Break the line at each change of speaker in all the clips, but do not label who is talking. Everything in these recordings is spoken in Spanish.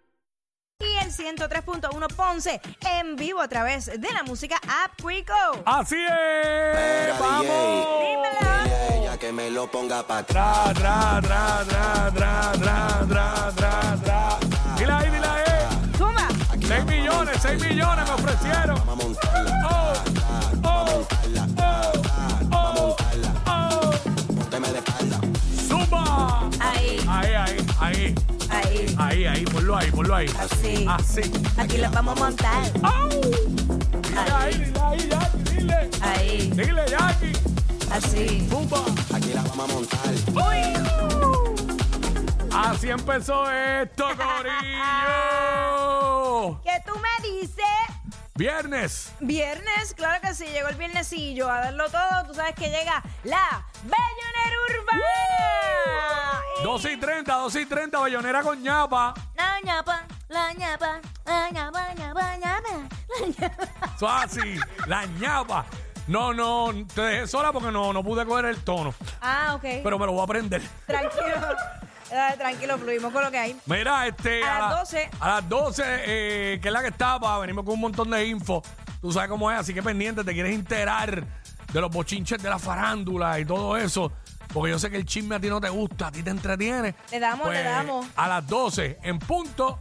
Y el 103.1 Ponce en vivo a través de la música App Quico.
Así es.
Espera,
Vamos.
Dímelo.
Ella que me lo ponga para
Tra,
atrás.
tra, tra, tra, tra, tra, tra, tra, tra. Dile ahí, dile ahí.
Zumba.
6 millones, 6 millones me ofrecieron.
Vamos a montarla,
Oh, oh, oh, oh, oh.
pónteme de espalda.
Zumba.
Ahí,
Ahí, ahí, ahí,
ahí.
ahí, ahí, ponlo ahí, ponlo ahí.
Así.
Así.
Aquí lo vamos a montar.
¡Au! Dile ahí, dile ahí, Jackie, dile.
Ahí,
Dile, Jackie.
así.
Zumba.
Aquí la vamos a montar.
Así empezó esto, Corillo.
¿Qué tú me dices?
Viernes.
Viernes, claro que sí, llegó el viernesillo a darlo todo. Tú sabes que llega la Bellonera Urbana. Y-
2 y 30, 2 y 30, Bayonera con ñapa.
La ñapa, la ñapa, la ñapa, ñapa, ñapa, la ñapa.
Eso es así, la ñapa. No, no, te dejé sola porque no, no pude coger el tono.
Ah, ok.
Pero me lo voy a aprender.
Tranquilo. Eh, Tranquilo, fluimos con lo que hay.
Mira, este.
A las
la-
12.
A las 12, eh, que es la que estaba, venimos con un montón de info. Tú sabes cómo es, así que pendiente, te quieres enterar de los bochinches de la farándula y todo eso. Porque yo sé que el chisme a ti no te gusta, a ti te entretiene. Pues,
Le damos, le damos.
A las 12, en punto,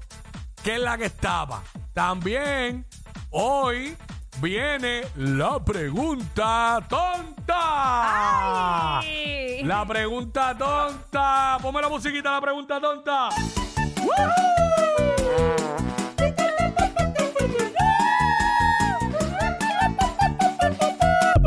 que es la que estaba. También, hoy viene la pregunta tonta.
¡Ay!
La pregunta tonta. Ponme la musiquita, la pregunta tonta.
Tengo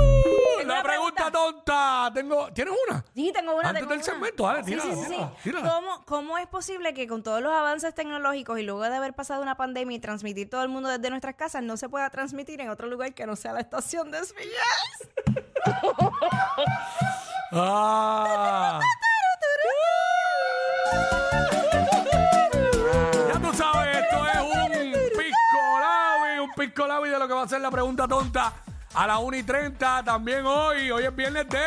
La
una
pregunta tonta. Tengo, ¿Tienes una?
Sí, tengo una.
Antes
tengo
del
una.
segmento, dale,
Sí,
tírala,
sí, sí, sí.
tírala, tírala.
¿Cómo, cómo es posible que con todos los avances tecnológicos y luego de haber pasado una pandemia y transmitir todo el mundo desde nuestras casas, no se pueda transmitir en otro lugar que no sea la estación de Espillas?
Ah. Ya tú sabes, esto es un pisco labi, un pisco labi de lo que va a ser la pregunta tonta a las 1 y 30 también hoy. Hoy es viernes de...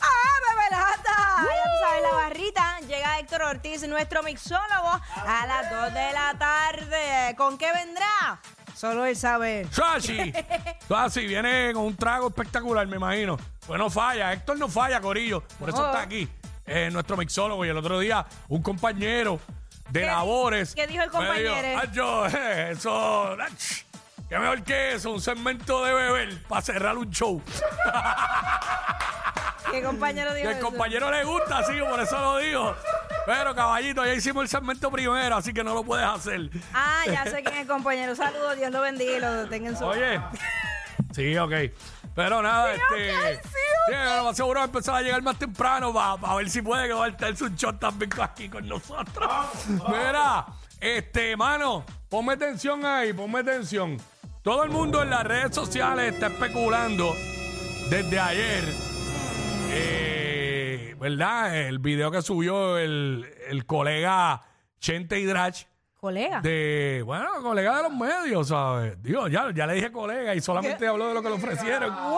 ¡Ah, bebelata! Ya tú sabes, la barrita. Llega Héctor Ortiz, nuestro mixólogo,
Ah,
a las 2 de la tarde. ¿Con qué vendrá? Solo él sabe.
Sashi. Todo así, viene con un trago espectacular, me imagino. Pues no falla, Héctor no falla, Corillo. Por eso
No.
está aquí, eh, nuestro mixólogo. Y el otro día, un compañero de
¿Qué-
labores.
qué dijo el
me
compañero?
"Ay, yo, eh, eso, ach, qué mejor que eso, un segmento de beber para cerrar un show.
¿Qué compañero
Y
dijo
al
eso?
Mm, compañero le gusta, sí, por eso lo digo. Pero caballito, ya hicimos el segmento primero, así que no lo puedes hacer.
Ah, ya sé quién es compañero. Saludos, Dios lo bendiga y lo tenga en su...
Oye. Sí, ok. Pero nada, este.
ok, sí,
sí, pero lo más seguro va a empezar a llegar más temprano para ver si puede quedarse un shot también con- aquí con nosotros. Mira, este, mano, ponme atención ahí, ponme atención. Todo el mundo en las redes sociales está especulando desde ayer. eh, ¿Verdad? El video que subió el, el colega Chente Hidrach
Colega.
de, bueno, colega de los medios, ¿sabes? Digo, ya, ya le dije colega y solamente habló de lo que le ofrecieron.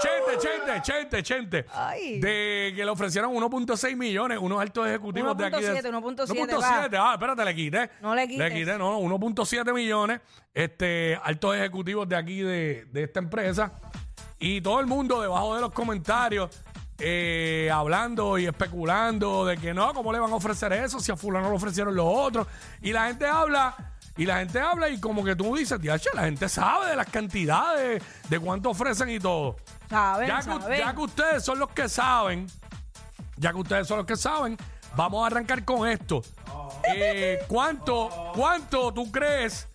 Chente, chente, chente, chente.
Ay.
De que le ofrecieron 1.6 millones, unos altos ejecutivos de aquí. de-
1.7, 1.7,
1.7, ah, espérate, le quité.
No le
Le
quites.
quité, no, 1.7 millones, este, altos ejecutivos de aquí, de, de esta empresa. Y todo el mundo debajo de los comentarios. eh, hablando y especulando de que no, ¿cómo le van a ofrecer eso? Si a fulano le ofrecieron los otros. Y la gente habla, y la gente habla y como que tú dices, tía, la gente sabe de las cantidades, de cuánto ofrecen y todo
Saben,
ya, que,
saben.
ya que ustedes son los que saben, ya que ustedes son los que saben, vamos a arrancar con esto.
Oh.
Eh, ¿cuánto, ¿Cuánto tú crees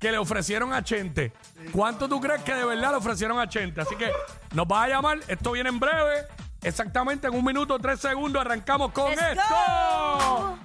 que le ofrecieron a Chente? ¿Cuánto tú crees que de verdad le ofrecieron a Chente? Así que nos vas a llamar, esto viene en breve, exactamente en un minuto, tres segundos, arrancamos con
Let's
esto.
go.